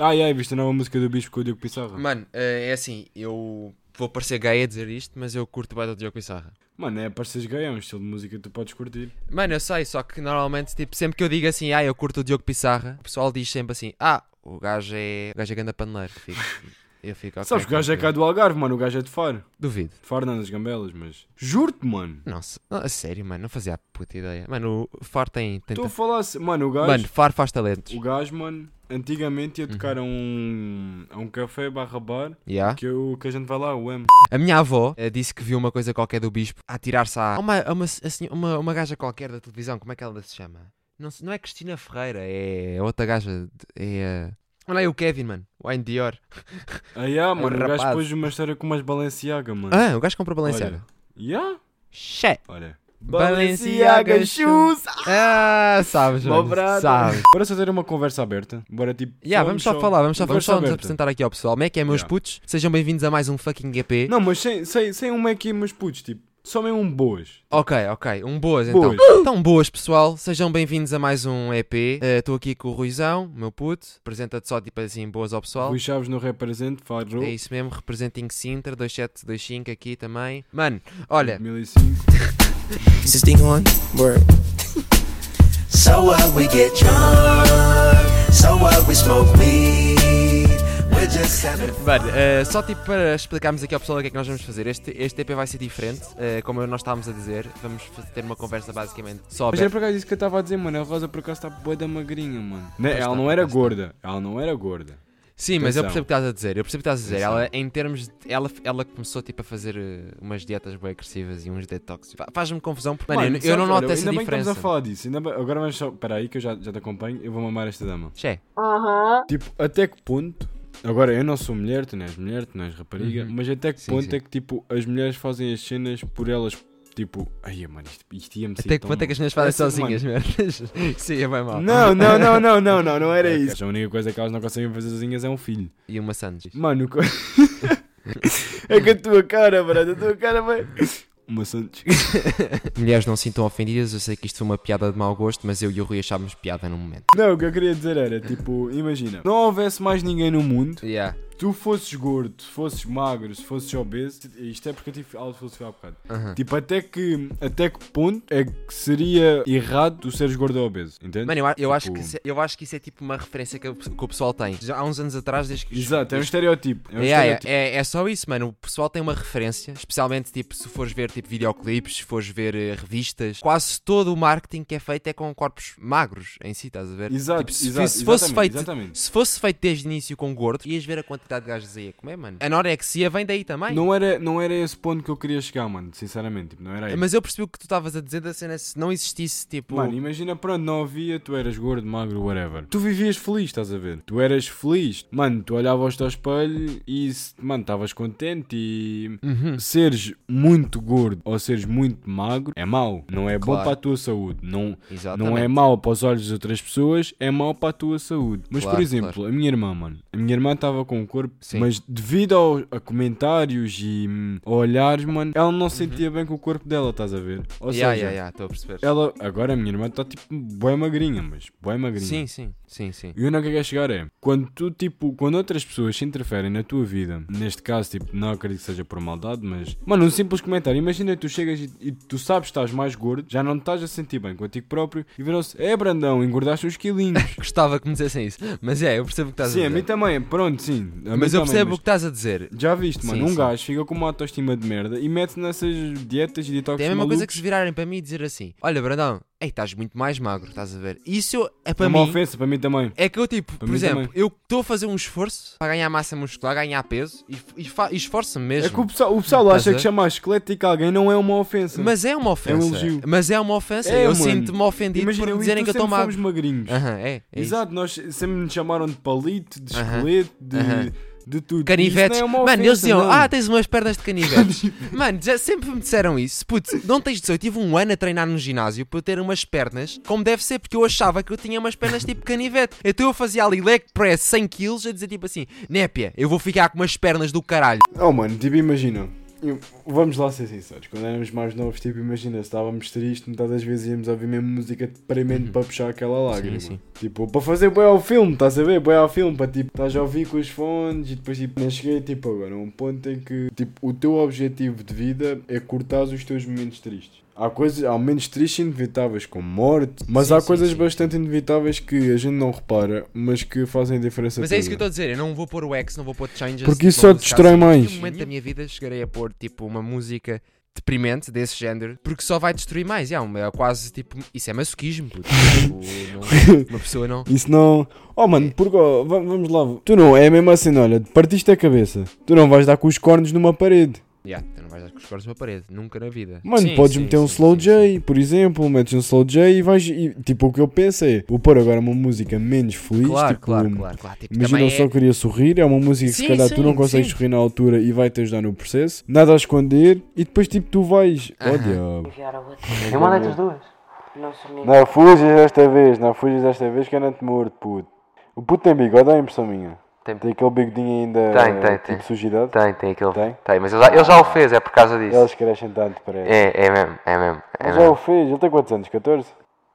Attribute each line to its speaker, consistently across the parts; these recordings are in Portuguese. Speaker 1: Ah, é, viste a nova música do Bispo com o Diogo Pissarra?
Speaker 2: Mano, eh, é assim, eu vou parecer gay a dizer isto, mas eu curto bem do Diogo Pissarra.
Speaker 1: Mano, é para seres gay, é um estilo de música que tu podes curtir.
Speaker 2: Mano, eu sei, só que normalmente, tipo, sempre que eu digo assim, ah, eu curto o Diogo Pissarra, o pessoal diz sempre assim, ah, o gajo é. O gajo é ganda paneleiro. Fico- eu fico. ok,
Speaker 1: Sabes que o gajo é cá
Speaker 2: tranquilo.
Speaker 1: do Algarve, mano, o gajo é de Faro.
Speaker 2: Duvido.
Speaker 1: De Faro não nas gambelas, mas... Juro-te, mano.
Speaker 2: Nossa, não, a sério, mano, não fazia a puta ideia. Mano, o Far tem. tem
Speaker 1: Estou a falar... se- Mano, o gajo...
Speaker 2: Então- Mano, Far faz talentos.
Speaker 1: O gajo, mano, antigamente ia tocar a,
Speaker 2: Uhum.
Speaker 1: um, a um café barra bar
Speaker 2: Yeah.
Speaker 1: que, eu, que a gente vai lá, o M.
Speaker 2: A minha avó eh, disse que viu uma coisa qualquer do bispo a tirar-se à. a Uma, a uma, se- a senho- uma, uma gaja qualquer da televisão, como é que ela se chama? Não, se- não é Cristina Ferreira, é outra gaja. de- É. eh, Olha aí o Kevin, mano. O Wine Dior.
Speaker 1: Ah, yeah, mano, o gajo
Speaker 2: É rapaz.
Speaker 1: pôs uma história com umas Balenciaga, mano.
Speaker 2: Ah, o gajo comprou Balenciaga.
Speaker 1: Yeah?
Speaker 2: Xé.
Speaker 1: Olha.
Speaker 2: Balenciaga shoes. Ah, sabes,
Speaker 1: Meu
Speaker 2: mano.
Speaker 1: brado.
Speaker 2: Sabes.
Speaker 1: Bora só ter uma conversa aberta. Bora tipo.
Speaker 2: Yeah,
Speaker 1: só-
Speaker 2: vamos só falar, vamos só,
Speaker 1: conversa
Speaker 2: vamos só nos
Speaker 1: aberta.
Speaker 2: apresentar aqui ao pessoal. Como é que é, meus
Speaker 1: Yeah.
Speaker 2: putos? Sejam bem-vindos a mais um fucking GP.
Speaker 1: Não, mas sem, sem, sem um aqui, meus putos, tipo. Só mesmo um boas.
Speaker 2: Ok, ok. Um boas, então.
Speaker 1: Boas.
Speaker 2: Então, boas, pessoal. Sejam bem-vindos a mais um EP. Eh, Estou aqui com o Ruizão, meu puto. Apresenta-te só, tipo assim, boas ao pessoal.
Speaker 1: Luís Chaves no represente, Faro.
Speaker 2: É isso mesmo. Representing Sintra, 2725 aqui também. Mano, olha.
Speaker 1: 2005.
Speaker 3: Is this thing on? Word. so what? We get drunk. So what? We smoke weed. We're just having fun.
Speaker 2: Mano, eh, só tipo para explicarmos aqui ao pessoal o que é que nós vamos fazer. Este, este EP vai ser diferente, eh, como nós estávamos a dizer. Vamos fa- ter uma conversa basicamente só
Speaker 1: Mas
Speaker 2: aberta.
Speaker 1: era por acaso isso que eu estava a dizer, mano. A Rosa por acaso está boa da magrinha, mano. Né,
Speaker 2: Pois
Speaker 1: Ela
Speaker 2: tá,
Speaker 1: não era
Speaker 2: pois tá.
Speaker 1: gorda. Ela não era gorda.
Speaker 2: Sim, mas eu
Speaker 1: Atenção.
Speaker 2: percebo o que estás a dizer. Eu percebo o que estás a dizer.
Speaker 1: Atenção.
Speaker 2: Ela, em termos. de- ela, ela começou tipo, a fazer eh, umas dietas bem agressivas e uns detox. Fa- Faz-me confusão porque mano, eu- eu,
Speaker 1: sabes,
Speaker 2: não
Speaker 1: olha,
Speaker 2: noto essa
Speaker 1: ainda Bem que estamos
Speaker 2: diferença.
Speaker 1: a falar disso. Ainda bem- agora vamos só. Espera aí que eu já, já te acompanho. Eu vou mamar esta dama.
Speaker 2: Che,
Speaker 1: Tipo, até que ponto. Agora, eu não sou mulher, tu não és mulher, tu não és rapariga,
Speaker 2: Uhum.
Speaker 1: mas até que
Speaker 2: Sim,
Speaker 1: ponto
Speaker 2: sim.
Speaker 1: é que, tipo, as mulheres fazem as cenas por elas, tipo, ai, mano, isto, isto ia-me
Speaker 2: até que ponto é que as minhas fazem sozinhas, mano? Sim, é bem mal.
Speaker 1: Não, não, não, não, não, não, não era isso. A única coisa É que elas não conseguem fazer sozinhas é um filho.
Speaker 2: E uma sandes.
Speaker 1: Mano, co- é que a tua cara, brother, a tua cara vai... Uma Santos.
Speaker 2: Mulheres não se sintam ofendidas, eu sei que isto foi uma piada de mau gosto, mas eu e o Rui achámos piada no momento.
Speaker 1: Não, o que eu queria dizer era, tipo, imagina, não houvesse mais ninguém no mundo,
Speaker 2: Yeah.
Speaker 1: tu fosses gordo, se fosses magro, se fosses obeso, isto é porque eu tive algo de filosofia há bocado.
Speaker 2: Aham.
Speaker 1: Tipo, até que, até que ponto é que seria errado tu seres gordo ou obeso? Entende?
Speaker 2: Mano, eu, a- eu acho
Speaker 1: Tipo-
Speaker 2: que isso é, eu acho que isso é tipo uma referência que, o pe- que o pessoal tem. Já há uns anos atrás, desde que. os-
Speaker 1: Exato, é um
Speaker 2: os-
Speaker 1: estereotipo. É um
Speaker 2: É, é,
Speaker 1: estereotipo.
Speaker 2: é- é só isso, mano. O pessoal tem uma referência, especialmente tipo se fores ver tipo videoclipes, se fores ver eh, revistas, quase todo o marketing que é feito é com corpos magros em si, estás a ver?
Speaker 1: Exato,
Speaker 2: Tipo, se,
Speaker 1: exato,
Speaker 2: se fosse
Speaker 1: exatamente,
Speaker 2: feito,
Speaker 1: exatamente.
Speaker 2: se fosse feito desde o início com gordo, ias ver a quantidade de gajos aí a comer, mano. A anorexia vem daí também.
Speaker 1: Não era, não era esse ponto que eu queria chegar, mano, sinceramente. Tipo, não era isso.
Speaker 2: Mas eu percebi o que tu estavas a dizer da cena se não existisse tipo.
Speaker 1: Mano, imagina, pronto, não havia, tu eras gordo, magro, whatever. Tu vivias feliz, estás a ver? Tu eras feliz. Mano, tu olhavas-te ao espelho e, se- mano, estavas contente e...
Speaker 2: Uhum.
Speaker 1: Seres muito gordo ou seres muito magro é mau. Não é bom
Speaker 2: Claro.
Speaker 1: para a tua saúde. Não,
Speaker 2: Exatamente.
Speaker 1: Não é mau para os olhos de outras pessoas, é mau para a tua saúde. Mas, por
Speaker 2: Claro,
Speaker 1: exemplo, a minha irmã, mano, a minha irmã estava com um corpo,
Speaker 2: Sim.
Speaker 1: mas devido ao- a comentários e hum, a olhares, mano, ela não se sentia bem com o corpo dela, estás a ver? Ou
Speaker 2: Uhum. Yeah,
Speaker 1: seja,
Speaker 2: yeah, yeah, estou a perceber.
Speaker 1: ela, agora a minha irmã está tipo, bem magrinha, mas bem magrinha.
Speaker 2: Sim, sim, sim, sim.
Speaker 1: E onde é que eu quero chegar é, quando tu, tipo, quando outras pessoas se interferem na tua vida, neste caso, tipo, não acredito que seja por maldade, mas, mano, um simples comentário, imagina tu chegas e, e tu sabes que estás mais gordo, já não te estás a sentir bem contigo próprio, e viram-se, é Brandão, engordaste uns quilinhos.
Speaker 2: Gostava que me dissessem isso, mas é, eu percebo o que estás
Speaker 1: sim,
Speaker 2: a
Speaker 1: a mim
Speaker 2: dizer.
Speaker 1: também, pronto, sim. a mim
Speaker 2: mas eu
Speaker 1: também,
Speaker 2: percebo o
Speaker 1: mas
Speaker 2: que estás a dizer.
Speaker 1: Já viste, mano,
Speaker 2: Sim,
Speaker 1: um
Speaker 2: sim.
Speaker 1: gajo fica com uma autoestima de merda e mete-se nessas dietas e detox
Speaker 2: É a mesma
Speaker 1: malucos,
Speaker 2: coisa que se virarem para mim e dizer assim: Olha, Brandão, ei, estás muito mais magro, estás a ver? Isso é
Speaker 1: É
Speaker 2: para
Speaker 1: uma
Speaker 2: mim.
Speaker 1: ofensa para mim também.
Speaker 2: É que eu, tipo, por
Speaker 1: mim
Speaker 2: exemplo,
Speaker 1: também.
Speaker 2: eu estou a fazer um esforço para ganhar massa muscular, ganhar peso e, e, fa- e esforço-me mesmo.
Speaker 1: É que o pessoal, o pessoal
Speaker 2: Estás
Speaker 1: acha
Speaker 2: a
Speaker 1: que
Speaker 2: ver?
Speaker 1: chamar esquelético a alguém não é uma ofensa.
Speaker 2: Mas é uma ofensa.
Speaker 1: elogio.
Speaker 2: Mas é uma ofensa.
Speaker 1: É,
Speaker 2: eu
Speaker 1: mano.
Speaker 2: sinto-me ofendido por me
Speaker 1: eu e
Speaker 2: dizerem
Speaker 1: tu
Speaker 2: que eu estou
Speaker 1: sempre
Speaker 2: magro.
Speaker 1: fomos magrinhos.
Speaker 2: Aham, é. é isso.
Speaker 1: Exato, nós sempre nos chamaram de palito, de
Speaker 2: Aham,
Speaker 1: esqueleto, de,
Speaker 2: aham.
Speaker 1: de tudo.
Speaker 2: Canivetes.
Speaker 1: Isso não é uma
Speaker 2: mano, eles
Speaker 1: ofensa,
Speaker 2: diziam,
Speaker 1: não.
Speaker 2: ah, tens umas pernas de canivetes. mano, já sempre me disseram isso. Putz, não tens 18. Eu tive um ano a treinar no ginásio para eu ter umas pernas como deve ser, porque eu achava que eu tinha umas pernas tipo canivete. Então eu fazia ali leg press 100 kg a dizer tipo assim, népia, eu vou ficar com umas pernas do caralho.
Speaker 1: Oh, mano, tipo, imagina. eu- vamos lá ser sinceros, quando éramos mais novos, tipo, imagina, se estávamos tristes, muitas das vezes íamos ouvir mesmo música de deprimente para puxar aquela lágrima.
Speaker 2: Uhum. sim.
Speaker 1: Tipo, para fazer boi ao filme, estás a ver? Boi ao filme, para tipo, estás a ouvir com os fones e depois tipo, mas cheguei tipo agora a um ponto em que tipo, o teu objetivo de vida é cortar os teus momentos tristes. Há coisas, há momentos tristes inevitáveis, como morte, mas
Speaker 2: Sim,
Speaker 1: há
Speaker 2: sim,
Speaker 1: coisas
Speaker 2: sim,
Speaker 1: bastante inevitáveis que a gente não repara, mas que fazem diferença
Speaker 2: Mas é isso que eu
Speaker 1: toda.
Speaker 2: estou a dizer, eu não vou pôr o X, não vou pôr Changes.
Speaker 1: Porque isso
Speaker 2: não
Speaker 1: só
Speaker 2: vou
Speaker 1: te destrói
Speaker 2: descansar.
Speaker 1: mais.
Speaker 2: Em nenhum momento da minha vida chegarei a pôr tipo uma música deprimente desse género, porque só vai destruir mais. É, um- é quase tipo, isso é masoquismo, puto. Tipo, não- uma pessoa não.
Speaker 1: Isso não. Oh mano, porque oh, va- vamos lá. Tu não, é a mesma cena, olha, partiste a cabeça. Tu não vais dar com os cornos numa parede.
Speaker 2: Ya, tu não vais dar com os cornos numa parede, nunca na vida.
Speaker 1: Mano,
Speaker 2: Sim,
Speaker 1: podes
Speaker 2: sim,
Speaker 1: meter um
Speaker 2: sim,
Speaker 1: slow
Speaker 2: sim,
Speaker 1: J, por exemplo, metes um slow J e vais. e, tipo, o que eu penso é, vou pôr agora uma música menos
Speaker 2: sim.
Speaker 1: feliz.
Speaker 2: Claro,
Speaker 1: tipo,
Speaker 2: claro, claro, claro. Tipo,
Speaker 1: Imagina,
Speaker 2: também
Speaker 1: eu só
Speaker 2: é-
Speaker 1: queria sorrir. É uma música que se
Speaker 2: Sim,
Speaker 1: calhar tu
Speaker 2: sim,
Speaker 1: não consegues
Speaker 2: sim.
Speaker 1: sorrir na altura e vai te ajudar no processo. Nada a esconder. E depois, tipo, tu vais. Oh,
Speaker 2: Aham.
Speaker 1: diabo.
Speaker 4: enviar a outra. Eu mando as duas. Não se me
Speaker 1: Não fujas desta vez, não fujas desta vez que eu não te mordo, puto. O puto tem bigode, é a impressão minha.
Speaker 5: Tem.
Speaker 1: Tem aquele bigodinho ainda
Speaker 5: Tem, tem,
Speaker 1: tipo
Speaker 5: tem.
Speaker 1: sujidade.
Speaker 5: Tem, tem aquele.
Speaker 1: Tem?
Speaker 5: Tem? mas ele já, ele já o fez, é por causa disso.
Speaker 1: Eles crescem tanto, parece.
Speaker 5: É, é mesmo, é mesmo. É
Speaker 1: Ele já o
Speaker 5: mesmo.
Speaker 1: fez, ele tem quantos anos? 14?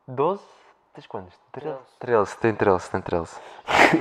Speaker 5: 12? Tens quantos? 13? 13, tem 13, tem 13.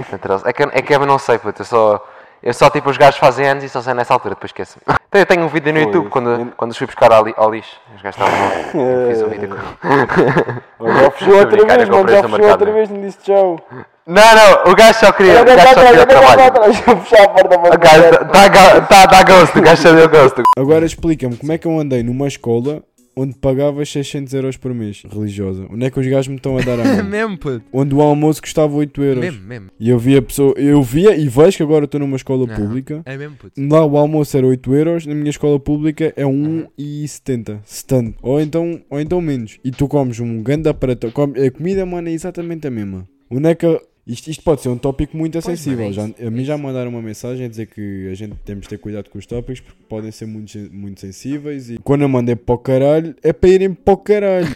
Speaker 5: tem 13. É que, eu- é que eu não sei, puto, eu só. Eu só tipo os gajos fazem anos e só sei nessa altura, depois esqueço-me. Então, eu tenho um vídeo no YouTube quando, quando os fui buscar ao, li- ao lixo. Os gajos estavam. Eu fiz um
Speaker 1: É.
Speaker 5: vídeo com.
Speaker 1: Ele já
Speaker 5: Estou
Speaker 1: fugiu
Speaker 5: a
Speaker 1: outra
Speaker 5: brincar,
Speaker 1: vez,
Speaker 5: eu
Speaker 1: mano,
Speaker 5: comprei
Speaker 1: já
Speaker 5: esse
Speaker 1: fugiu outra
Speaker 5: mercado,
Speaker 1: vez, não disse tchau. tá,
Speaker 5: Não, não, o gajo só queria. O gajo só queria o trabalho.
Speaker 1: Vou puxar a porta para
Speaker 5: O gajo dá, dá, dá, dá ghost, o gajo sabia o ghost.
Speaker 1: Agora explica-me como é que eu andei numa escola onde pagava 600 euros por mês, religiosa. Onde é que os gajos me estão a dar a
Speaker 2: É
Speaker 1: mão?
Speaker 2: mesmo, puto.
Speaker 1: onde o almoço custava 8 euros.
Speaker 2: Mesmo, mesmo.
Speaker 1: E eu via pessoa, eu via e vejo que agora estou numa escola
Speaker 2: Aham.
Speaker 1: pública.
Speaker 2: É mesmo, puto.
Speaker 1: Lá o almoço era 8 euros, na minha escola pública é 1,70. Stand. Ou então, ou então menos. E tu comes um ganda prato. Come, a comida, mano, é exatamente a mesma. Onde é que. a- Isto, isto pode ser um tópico muito sensível.
Speaker 2: mano, é
Speaker 1: já,
Speaker 2: isso,
Speaker 1: a mim já mandaram uma mensagem a dizer que a gente temos de ter cuidado com os tópicos porque podem ser muito, sen- muito sensíveis. E quando eu mandei para o caralho, é para irem para o caralho.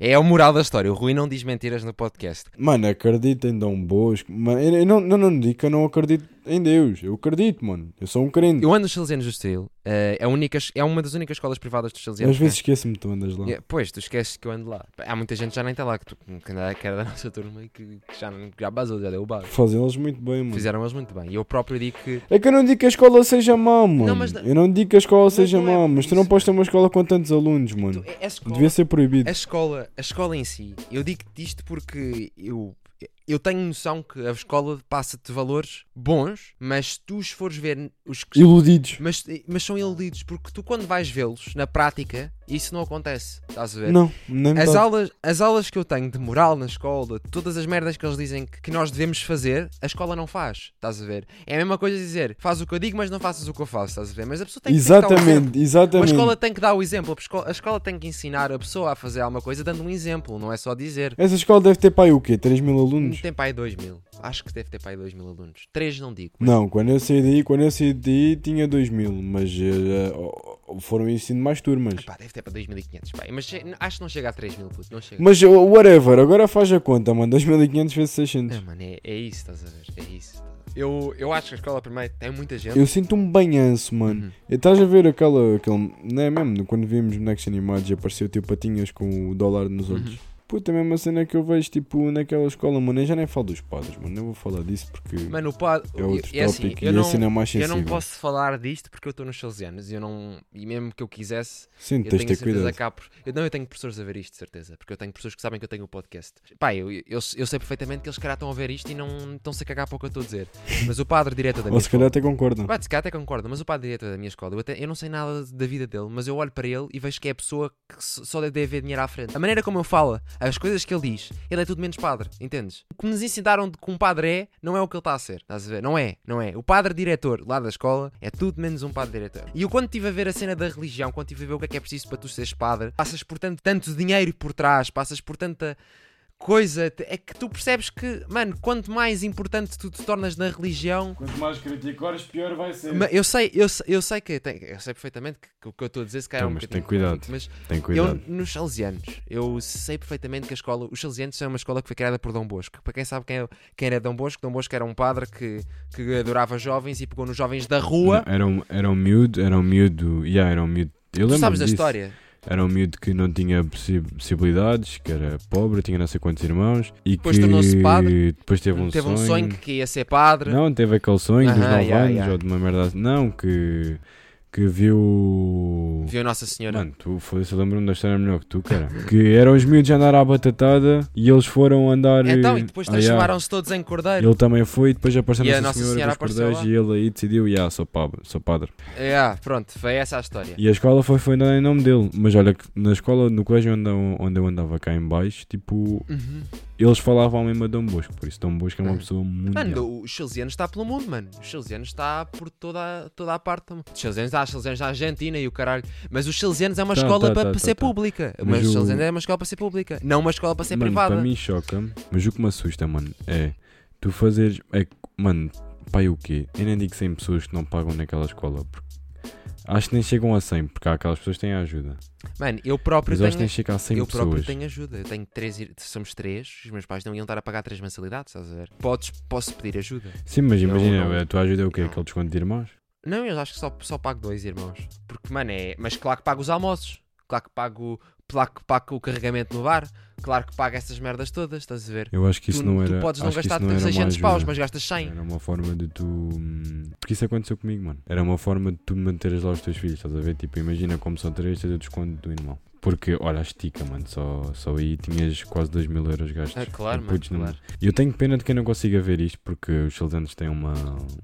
Speaker 2: É o moral da história. O Rui não diz mentiras no podcast.
Speaker 1: Mano, acredito em Dom Bosco. Mano, eu, eu não, não, não digo que eu não acredito em Deus. Eu acredito, mano. Eu sou um crente.
Speaker 2: Eu ando nos Salesianos do Estoril. eh, é, a única, é uma das únicas escolas privadas dos Salesianos. É.
Speaker 1: Às vezes esqueço-me que tu andas lá.
Speaker 2: Yeah, pois, tu esqueces que eu ando lá. Há muita gente que já nem está lá, que, tu, que ainda- que era da nossa turma e que, que já, não- já basou, já deu o bar.
Speaker 1: Fazem eles muito bem, mano.
Speaker 2: Fizeram eles muito bem. E eu próprio digo que.
Speaker 1: É que eu não digo que a escola seja má, mano.
Speaker 2: mas não-
Speaker 1: Eu não digo que a escola seja
Speaker 2: não é
Speaker 1: má,
Speaker 2: por
Speaker 1: mas tu
Speaker 2: isso,
Speaker 1: não podes ter uma escola com tantos alunos, mano.
Speaker 2: Tu- é- é escola-
Speaker 1: Devia ser proibido.
Speaker 2: a escola, a escola em si, eu digo isto porque eu, eu tenho noção que a escola passa-te valores bons, mas se tu os fores ver os que-
Speaker 1: Iludidos.
Speaker 2: mas, mas são iludidos, porque tu quando vais vê-los na prática, isso não acontece. Estás a ver?
Speaker 1: Não, nem
Speaker 2: É. As
Speaker 1: metade.
Speaker 2: aulas, as aulas que eu tenho de moral na escola, todas as merdas que eles dizem que, que nós devemos fazer, a escola não faz, estás a ver? É a mesma coisa dizer, faz o que eu digo, mas não faças o que eu faço, estás a ver? Mas a pessoa tem que, tem que dar o exemplo.
Speaker 1: Exatamente,
Speaker 2: Uma
Speaker 1: exatamente.
Speaker 2: escola tem que dar o exemplo, a escola, a escola tem que ensinar a pessoa a fazer alguma coisa dando um exemplo, não é só dizer. "Hum,
Speaker 1: Essa escola deve ter pai o quê? 3 mil alunos?
Speaker 2: Tem pai 2 mil, acho que deve ter pai 2 mil alunos. 3 não digo.
Speaker 1: Não, quando eu saí daí, quando eu saí daí tinha 2 mil, mas eh, oh, oh, foram ensinando mais turmas.
Speaker 2: Pá, deve ter para 2500, pá. Mas che- acho que não chega a 3 mil, puto, não chega.
Speaker 1: Mas oh, whatever, agora faz a conta, mano. 2500 vezes 600.
Speaker 2: É, mano, é, é isso, estás a ver? É isso. Eu, eu acho que a escola primeiro tem muita gente.
Speaker 1: Eu sinto-me banhanço, mano.
Speaker 2: Uhum.
Speaker 1: E Estás a ver aquela. Aquele, não é mesmo? Quando vimos bonecos animados e apareceu tipo patinhas com o dólar nos
Speaker 2: Uhum.
Speaker 1: olhos. Puta, é mesmo a cena que eu vejo tipo naquela escola, mano. Eu já nem falo dos padres, mano. Eu vou falar disso porque.
Speaker 2: Mano, o padre.
Speaker 1: É outro
Speaker 2: é assim,
Speaker 1: tópico
Speaker 2: eu
Speaker 1: e
Speaker 2: não,
Speaker 1: assim não é mais
Speaker 2: eu não
Speaker 1: sensível.
Speaker 2: posso falar disto porque eu estou nos 16 anos e eu não. E mesmo que eu quisesse,
Speaker 1: Sim, tens
Speaker 2: eu
Speaker 1: de
Speaker 2: tenho
Speaker 1: ter
Speaker 2: certeza
Speaker 1: cuidado.
Speaker 2: que há. pro- Eu, não, eu tenho professores a ver isto, de certeza. Porque eu tenho pessoas que sabem que eu tenho o podcast. Pá, eu, eu, eu sei perfeitamente que eles, se calhar, estão a ver isto e não estão-se a cagar para o que eu estou a dizer. Mas o padre direto da minha
Speaker 1: Ou se calhar
Speaker 2: escola.
Speaker 1: até concordam.
Speaker 2: Pá, se calhar até concorda, mas o padre diretor da minha escola, eu, até, eu não sei nada da vida dele, mas eu olho para ele e vejo que é a pessoa que s- só deve haver dinheiro à frente. A maneira como ele fala, as coisas que ele diz, ele é tudo menos padre, entendes? O que nos ensinaram de que um padre é, não é o que ele está a ser, estás a ver? Não é, não é. O padre diretor lá da escola é tudo menos um padre diretor. E eu quando estive a ver a cena da religião, quando estive a ver o que é que é preciso para tu seres padre, passas por tanto, tanto dinheiro por trás, passas por tanta coisa. te- É que tu percebes que, mano, quanto mais importante tu te tornas na religião.
Speaker 1: Quanto mais criticares, pior vai ser.
Speaker 2: Ma- Eu sei, eu, sei- eu sei que tem- eu sei perfeitamente que, que o que eu estou a dizer se calhar é
Speaker 1: Então,
Speaker 2: um
Speaker 1: mas tem
Speaker 2: bocadinho
Speaker 1: cuidado.
Speaker 2: confuso, mas
Speaker 1: Tem cuidado.
Speaker 2: Eu, nos salesianos, eu sei perfeitamente que a escola. Os salesianos é uma escola que foi criada por Dom Bosco. Para quem sabe quem, é- quem era Dom Bosco, Dom Bosco era um padre que, que adorava jovens e pegou nos jovens da rua.
Speaker 1: Não, Era um, era um miúdo, era um miúdo. Yeah, era um miúdo. Eu
Speaker 2: tu
Speaker 1: lembro
Speaker 2: sabes da
Speaker 1: disso.
Speaker 2: história?
Speaker 1: Era um miúdo que não tinha possi- possibilidades, que era pobre, tinha não sei quantos irmãos e
Speaker 2: Depois
Speaker 1: que
Speaker 2: tornou-se padre.
Speaker 1: depois teve um
Speaker 2: Teve
Speaker 1: sonho.
Speaker 2: um sonho que ia ser padre.
Speaker 1: Não, teve aquele sonho dos
Speaker 2: Aham,
Speaker 1: 9
Speaker 2: yeah,
Speaker 1: anos
Speaker 2: yeah.
Speaker 1: ou de uma merda assim. Não, que, que viu.
Speaker 2: Viu Nossa Senhora.
Speaker 1: Mano, tu foda-se, eu lembro-me da história melhor que tu, cara. que eram os miúdos a andar à batatada e eles foram andar.
Speaker 2: então, e depois
Speaker 1: Ah, yeah.
Speaker 2: transformaram-se todos em cordeiro.
Speaker 1: Ele também foi e depois apareceu
Speaker 2: E a
Speaker 1: Nossa,
Speaker 2: Nossa
Speaker 1: Senhora,
Speaker 2: Senhora
Speaker 1: dos
Speaker 2: apareceu
Speaker 1: Cordeiros e ele aí decidiu, yeah, sou padre, sou padre.
Speaker 2: Yeah, pronto, foi essa a história.
Speaker 1: E a escola foi fundada em nome dele. Mas olha, que na escola, no colégio onde, eu- onde eu andava cá em baixo, tipo,
Speaker 2: Uhum.
Speaker 1: eles falavam mesmo a Dom Bosco. Por isso Dom Bosco é uma pessoa muito...
Speaker 2: Mano, os salesianos está pelo mundo, mano. Os salesianos está por toda, toda a parte. do mundo. Os salesianos está, os salesianos na Argentina e o caralho. Mas os salesianos é uma
Speaker 1: Tá,
Speaker 2: escola
Speaker 1: tá,
Speaker 2: para
Speaker 1: tá, tá,
Speaker 2: para ser
Speaker 1: tá.
Speaker 2: pública. Mas,
Speaker 1: Mas
Speaker 2: os
Speaker 1: o-
Speaker 2: salesianos é uma escola para ser pública, não uma escola para ser
Speaker 1: mano,
Speaker 2: privada.
Speaker 1: Para mim choca-me, mas o que me assusta, mano, é tu fazeres. É, que, mano, pai, o quê? Eu nem digo 100 pessoas que não pagam naquela escola. porque Acho que nem chegam a 100, porque há aquelas pessoas que têm ajuda.
Speaker 2: Mano, eu próprio
Speaker 1: Mas eu acho que nem
Speaker 2: tenho.
Speaker 1: chega a 100
Speaker 2: Eu próprio
Speaker 1: pessoas.
Speaker 2: tenho ajuda. Eu tenho três. ir- Somos três. Os meus pais não iam estar a pagar três mensalidades, estás a ver? Podes, posso pedir ajuda.
Speaker 1: Sim, mas
Speaker 2: Eu
Speaker 1: imagina,
Speaker 2: não-
Speaker 1: a tua ajuda é o quê?
Speaker 2: não.
Speaker 1: Aquele desconto de irmãos?
Speaker 2: Não, eu acho que só, só pago dois, irmãos. Porque, mano, é. Mas claro que pago os almoços. Claro que pago, claro que pago o carregamento no bar. Claro que pago essas merdas todas, estás a ver?
Speaker 1: Eu acho que isso
Speaker 2: tu,
Speaker 1: não
Speaker 2: tu
Speaker 1: era.
Speaker 2: podes não
Speaker 1: acho que isso
Speaker 2: gastar
Speaker 1: não era uma
Speaker 2: 600 paus,
Speaker 1: ajuda.
Speaker 2: mas gastas 100.
Speaker 1: Era uma forma de tu. hum, Porque isso aconteceu comigo, mano. Era uma forma de tu manteres lá os teus filhos, estás a ver? Tipo, imagina como são três, tens o desconto do irmão. Porque, olha, a estica, mano. Só, só aí tinhas quase 2 mil euros gastos.
Speaker 2: Ah, claro,
Speaker 1: E
Speaker 2: mano,
Speaker 1: putos, não-
Speaker 2: claro.
Speaker 1: E eu tenho pena de quem não consiga ver isto, porque os Saldantes têm uma,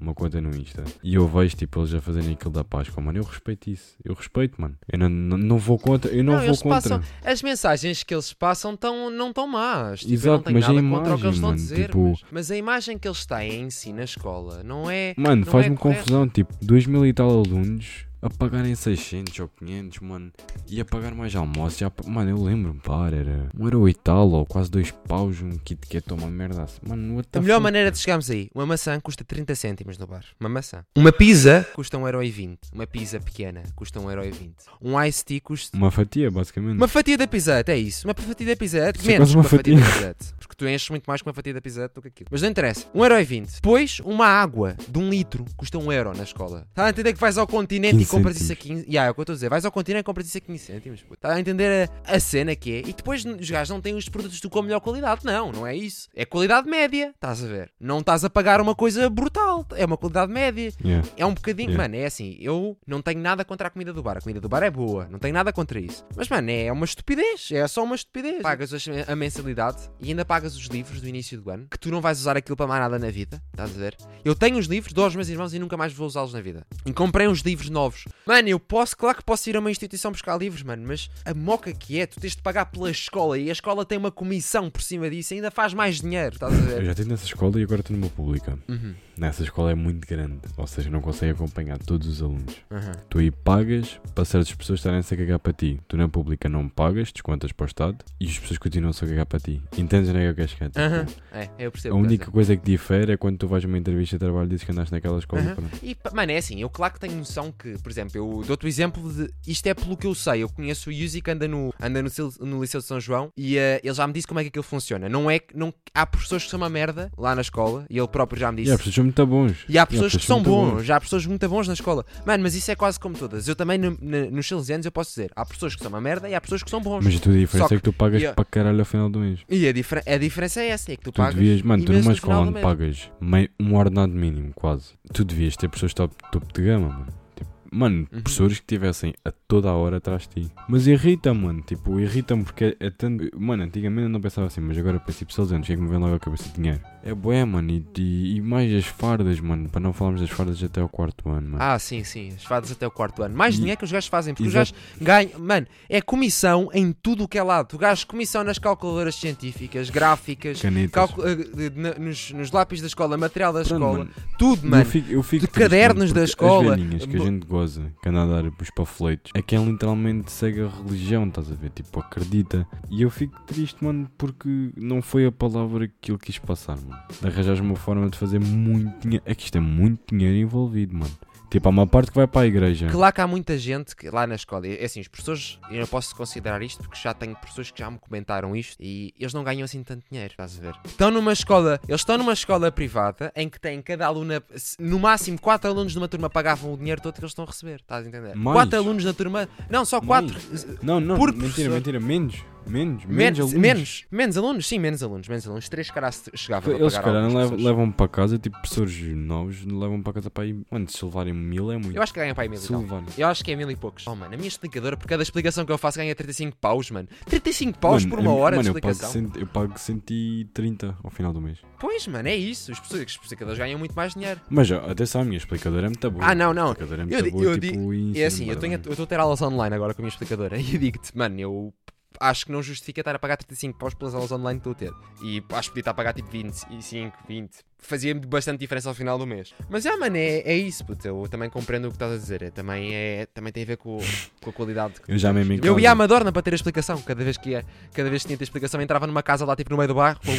Speaker 1: uma conta no Insta. E eu vejo, tipo, eles a fazerem aquilo da Páscoa, mano. Eu respeito isso. Eu respeito, mano. Eu não, não, não vou contra. Eu não, vou
Speaker 2: eles
Speaker 1: contra.
Speaker 2: passam, as mensagens que eles passam tão, não estão más. Tipo, eu não
Speaker 1: Exato,
Speaker 2: tenho
Speaker 1: mas a
Speaker 2: nada contra o que
Speaker 1: imagem,
Speaker 2: eles estão a
Speaker 1: mano,
Speaker 2: dizer.
Speaker 1: tipo-
Speaker 2: Mas, mas a imagem que eles têm em si na escola não é.
Speaker 1: Mano,
Speaker 2: não
Speaker 1: faz-me
Speaker 2: é correto.
Speaker 1: confusão, tipo, 2 mil e tal alunos a pagarem 600 ou 500, mano, e a pagar mais almoço. Já, pa- mano, eu lembro-me, pá, era um euro e tal, ou quase dois paus, um kit que é uma merda assim. Mano, what the
Speaker 2: A É melhor
Speaker 1: fuck?
Speaker 2: maneira de chegarmos aí. Uma maçã custa 30 cêntimos no bar. Uma maçã. Uma pizza custa 1,20€. Uma pizza pequena custa 1,20€. Um ice tea custa.
Speaker 1: Uma fatia, basicamente.
Speaker 2: Uma fatia da Pizza Hut, é isso. Uma fatia da Pizza Hut,
Speaker 1: Isso é
Speaker 2: menos
Speaker 1: quase
Speaker 2: que uma
Speaker 1: uma
Speaker 2: fatia, da
Speaker 1: fatia.
Speaker 2: Pizza Hut. Porque tu enches muito mais com uma fatia da Pizza Hut do que aquilo. Mas não interessa. 1,20€. Depois, uma água de um litro custa 1€ euro na escola. Está a entender que vais ao continente
Speaker 1: 15
Speaker 2: e compras isso a 15... Ya, é o que eu estou a dizer. Vais ao continente e compras isso a 15 cêntimos. puto. Está a entender a, a cena que é. E depois os gajos não têm os produtos tu com a melhor qualidade. Não, não é isso. É qualidade média. Estás a ver. Não estás a pagar uma coisa brutal. É uma qualidade média.
Speaker 1: Yeah.
Speaker 2: É um bocadinho,
Speaker 1: Yeah.
Speaker 2: mano, é assim, eu não tenho nada contra a comida do bar. A comida do bar é boa, não tenho nada contra isso. Mas, mano, é uma estupidez, é só uma estupidez. Pagas as- a mensalidade e ainda pagas os livros do início do ano, que tu não vais usar aquilo para mais nada na vida, estás a ver? Eu tenho os livros, dou aos meus irmãos e nunca mais vou usá-los na vida. E comprei uns livros novos. Mano, eu posso, claro que posso ir a uma instituição buscar livros, mano, mas a moca que é, tu tens de pagar pela escola e a escola tem uma comissão por cima disso e ainda faz mais dinheiro, estás a
Speaker 1: Eu
Speaker 2: ver?
Speaker 1: já estive nessa escola e agora estou numa pública.
Speaker 2: Uhum,
Speaker 1: Nessa escola é muito grande, ou seja, não consegue acompanhar todos os alunos.
Speaker 2: uhum.
Speaker 1: Tu aí pagas para certas pessoas estarem-se a cagar para ti. Tu na pública não pagas, descontas para o Estado e as pessoas continuam-se a cagar para ti. Entendes onde é que eu quero chegar? Tipo,
Speaker 2: Aham. É, eu percebo.
Speaker 1: A
Speaker 2: o que estás
Speaker 1: única coisa que difere é quando tu vais a uma entrevista de trabalho e dizes que andaste naquela escola
Speaker 2: Aham.
Speaker 1: e pronto.
Speaker 2: E, pá, mano, é assim, eu claro que tenho noção que, por exemplo, eu dou-te o exemplo de isto é pelo que eu sei. Eu conheço o Yuzi que anda no, anda no, Sil- no Liceu de São João e eh, ele já me disse como é que aquilo funciona. Não é que não, há professores que são uma merda lá na escola e ele próprio já me
Speaker 1: E
Speaker 2: disse.
Speaker 1: há pessoas que são muito bons.
Speaker 2: E há pessoas que são
Speaker 1: muito
Speaker 2: bons, há pessoas muito bons na escola. Mano, mas isso é quase como todas. Eu também, no- na- nos salesianos, eu posso dizer: há pessoas que são uma merda e há pessoas que são bons.
Speaker 1: Mas a tua diferença
Speaker 2: Só que-
Speaker 1: é que tu pagas
Speaker 2: e a-
Speaker 1: para caralho ao final do mês.
Speaker 2: E a, diferen- a diferença é essa: é que tu,
Speaker 1: Tu
Speaker 2: pagas.
Speaker 1: devias, mano, tu
Speaker 2: imenso
Speaker 1: numa
Speaker 2: no
Speaker 1: escola
Speaker 2: final do
Speaker 1: onde
Speaker 2: mês.
Speaker 1: pagas meio, um ordenado mínimo quase, tu devias ter pessoas top, topo de gama, mano. Tipo, Mano,
Speaker 2: Uhum.
Speaker 1: professores que tivessem a toda a hora atrás de ti. Mas irrita-me, mano. Tipo, irrita-me porque é, é tanto. Mano, antigamente eu não pensava assim, mas agora penso, tipo, anos, o que é que me vem logo à cabeça? Dinheiro. É boé, mano. E, e, e mais as fardas, mano. Para não falarmos das fardas até ao quarto ano, mano.
Speaker 2: Ah, sim, sim, as fadas até o quarto ano. Mais
Speaker 1: E-
Speaker 2: dinheiro que os gajos fazem, porque
Speaker 1: Exato.
Speaker 2: os gajos ganham. Mano, é comissão em tudo o que é lado. O gajo comissão nas calculadoras científicas, gráficas,
Speaker 1: Canetas.
Speaker 2: calcu- eh, de- na- nos, nos lápis da escola, material da
Speaker 1: Pronto,
Speaker 2: escola,
Speaker 1: mano.
Speaker 2: tudo,
Speaker 1: Eu
Speaker 2: mano.
Speaker 1: fico, eu fico
Speaker 2: de
Speaker 1: triste, mano,
Speaker 2: cadernos da
Speaker 1: porque
Speaker 2: escola,
Speaker 1: As velhinhas que a
Speaker 2: bo-
Speaker 1: gente religiosa que anda a dar os pafoleitos é quem literalmente segue a religião, estás a ver? Tipo, acredita. E eu fico triste, mano, porque não foi a palavra que ele quis passar, mano. De arranjares uma forma de fazer muito dinheiro. É que isto é muito dinheiro envolvido, mano. Tipo, há uma parte que vai para a igreja.
Speaker 2: Claro que há muita gente que lá na escola, é assim, os professores, eu não posso considerar isto porque já tenho professores que já me comentaram isto e eles não ganham assim tanto dinheiro, estás a ver? Estão numa escola, eles estão numa escola privada em que tem cada aluna, se- no máximo 4 alunos de uma turma pagavam o dinheiro todo que eles estão a receber, estás a entender?
Speaker 1: Mais.
Speaker 2: 4 alunos na turma, não, só 4.
Speaker 1: Não, não,
Speaker 2: Por
Speaker 1: mentira,
Speaker 2: professor.
Speaker 1: mentira, menos, menos, menos,
Speaker 2: Menos,
Speaker 1: alunos.
Speaker 2: menos, menos alunos, sim, menos alunos, menos alunos. Três caras chegavam
Speaker 1: Eles,
Speaker 2: a
Speaker 1: se
Speaker 2: pagar
Speaker 1: calhar,
Speaker 2: alguns
Speaker 1: levam,
Speaker 2: professores.
Speaker 1: levam para casa, tipo, professores novos, levam para casa para aí. Mano, se levarem mil é muito.
Speaker 2: Eu acho que ganham para aí mil e
Speaker 1: se
Speaker 2: tal.
Speaker 1: levarem.
Speaker 2: Eu acho que é mil e poucos. Oh, mano, a minha explicadora, por cada explicação que eu faço, ganha 35 paus, mano. 35 paus
Speaker 1: Mano,
Speaker 2: por
Speaker 1: é-
Speaker 2: uma hora
Speaker 1: mano,
Speaker 2: de explicação.
Speaker 1: Eu pago, cento, eu pago 130 ao final do mês.
Speaker 2: Pois, mano, é isso. Os pessoas- os explicadores ganham muito mais dinheiro.
Speaker 1: Mas ó, atenção, a minha explicadora é muito boa.
Speaker 2: Ah, não,
Speaker 1: A
Speaker 2: não.
Speaker 1: explicadora é
Speaker 2: Eu,
Speaker 1: muito
Speaker 2: di-
Speaker 1: boa,
Speaker 2: eu
Speaker 1: tipo,
Speaker 2: di-
Speaker 1: e ensina-me
Speaker 2: é assim, eu
Speaker 1: bué
Speaker 2: tenho- eu
Speaker 1: bem.
Speaker 2: estou a ter aulas online agora com a minha explicadora e digo-te, mano, eu acho que não justifica estar a pagar 35 paus pelas aulas online que estou a ter. E acho que podia estar a pagar tipo 25, 20. Fazia-me bastante diferença ao final do mês. Mas é, mano, é, é isso, puto. Eu também compreendo o que estás a dizer. É, também, é, também tem a ver com, com a qualidade que
Speaker 1: Eu já mesmo em
Speaker 2: Eu ia à
Speaker 1: casa-
Speaker 2: Madorna para ter a explicação. Cada vez que ia, cada vez que tinha a explicação, entrava numa casa lá tipo no meio do bairro. pum,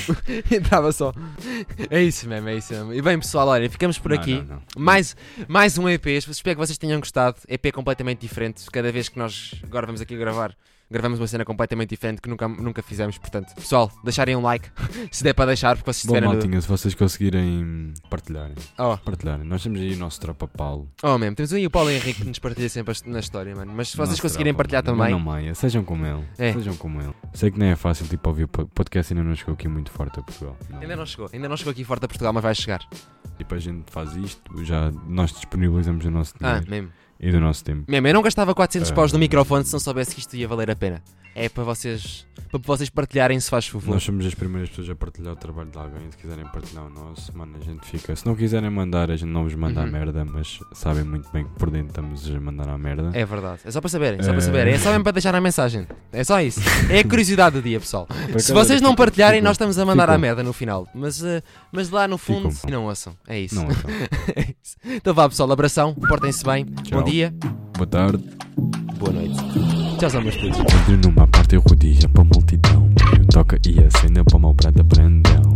Speaker 2: entrava só. É isso mesmo, é isso mesmo. E bem, pessoal, olha, ficamos por
Speaker 1: Não,
Speaker 2: aqui.
Speaker 1: não, não.
Speaker 2: Mais, mais um EP. Espero que vocês tenham gostado. EP completamente diferente. Cada vez que nós agora vamos aqui gravar, gravamos uma cena completamente diferente que nunca, nunca fizemos. Portanto, pessoal, deixarem um like. Se der para deixar, porque vocês
Speaker 1: Bom,
Speaker 2: estiverem. No...
Speaker 1: maltinha, se vocês conseguirem partilharem,
Speaker 2: Oh,
Speaker 1: partilharem. Nós temos aí o nosso tropa Paulo.
Speaker 2: oh, mesmo. Temos aí o Paulo Henrique que nos partilha sempre as- na história, mano. Mas se vocês
Speaker 1: Nosso
Speaker 2: conseguirem
Speaker 1: tropa,
Speaker 2: partilhar
Speaker 1: mano.
Speaker 2: também.
Speaker 1: Mano, Maia, sejam como ele.
Speaker 2: É.
Speaker 1: Sejam como ele. Sei que não é fácil, tipo, ouvir o po- podcast ainda não chegou aqui muito forte a Portugal. é?
Speaker 2: Ainda não chegou, ainda não chegou aqui forte a Portugal, mas vai chegar.
Speaker 1: Tipo, a gente faz isto, já nós disponibilizamos o nosso
Speaker 2: Ah,
Speaker 1: dinheiro
Speaker 2: mesmo.
Speaker 1: e do nosso tempo.
Speaker 2: Mesmo, eu não gastava 400
Speaker 1: Ah.
Speaker 2: paus no microfone se não soubesse que isto ia valer a pena. É para vocês, para vocês partilharem se faz favor.
Speaker 1: Nós somos as primeiras pessoas a partilhar o trabalho de alguém. Se quiserem partilhar o nosso, mano, a gente fica. Se não quiserem mandar, a gente não vos manda
Speaker 2: Uhum.
Speaker 1: a merda, mas sabem muito bem que por dentro estamos a mandar a merda.
Speaker 2: É verdade. É só para saberem, é só para
Speaker 1: Eh.
Speaker 2: saberem. É só mesmo para deixar a mensagem. É só isso. É a curiosidade do dia, pessoal.
Speaker 1: Por
Speaker 2: Se
Speaker 1: acaso, tipo,
Speaker 2: vocês não
Speaker 1: ficou-
Speaker 2: partilharem,
Speaker 1: ficou-
Speaker 2: nós estamos a mandar
Speaker 1: ficou.
Speaker 2: a merda no final. Mas, eh, mas lá no fundo,
Speaker 1: Ficou.
Speaker 2: não ouçam. É isso.
Speaker 1: Não, então.
Speaker 2: Então vá, pessoal. Abração. Portem-se bem. Bom
Speaker 1: Tchau.
Speaker 2: dia.
Speaker 1: Boa tarde.
Speaker 2: Boa noite. Tchau, meus putos.
Speaker 1: Entro numa parte e rodija para a multidão. Eu toca e acendo para uma prata prendão.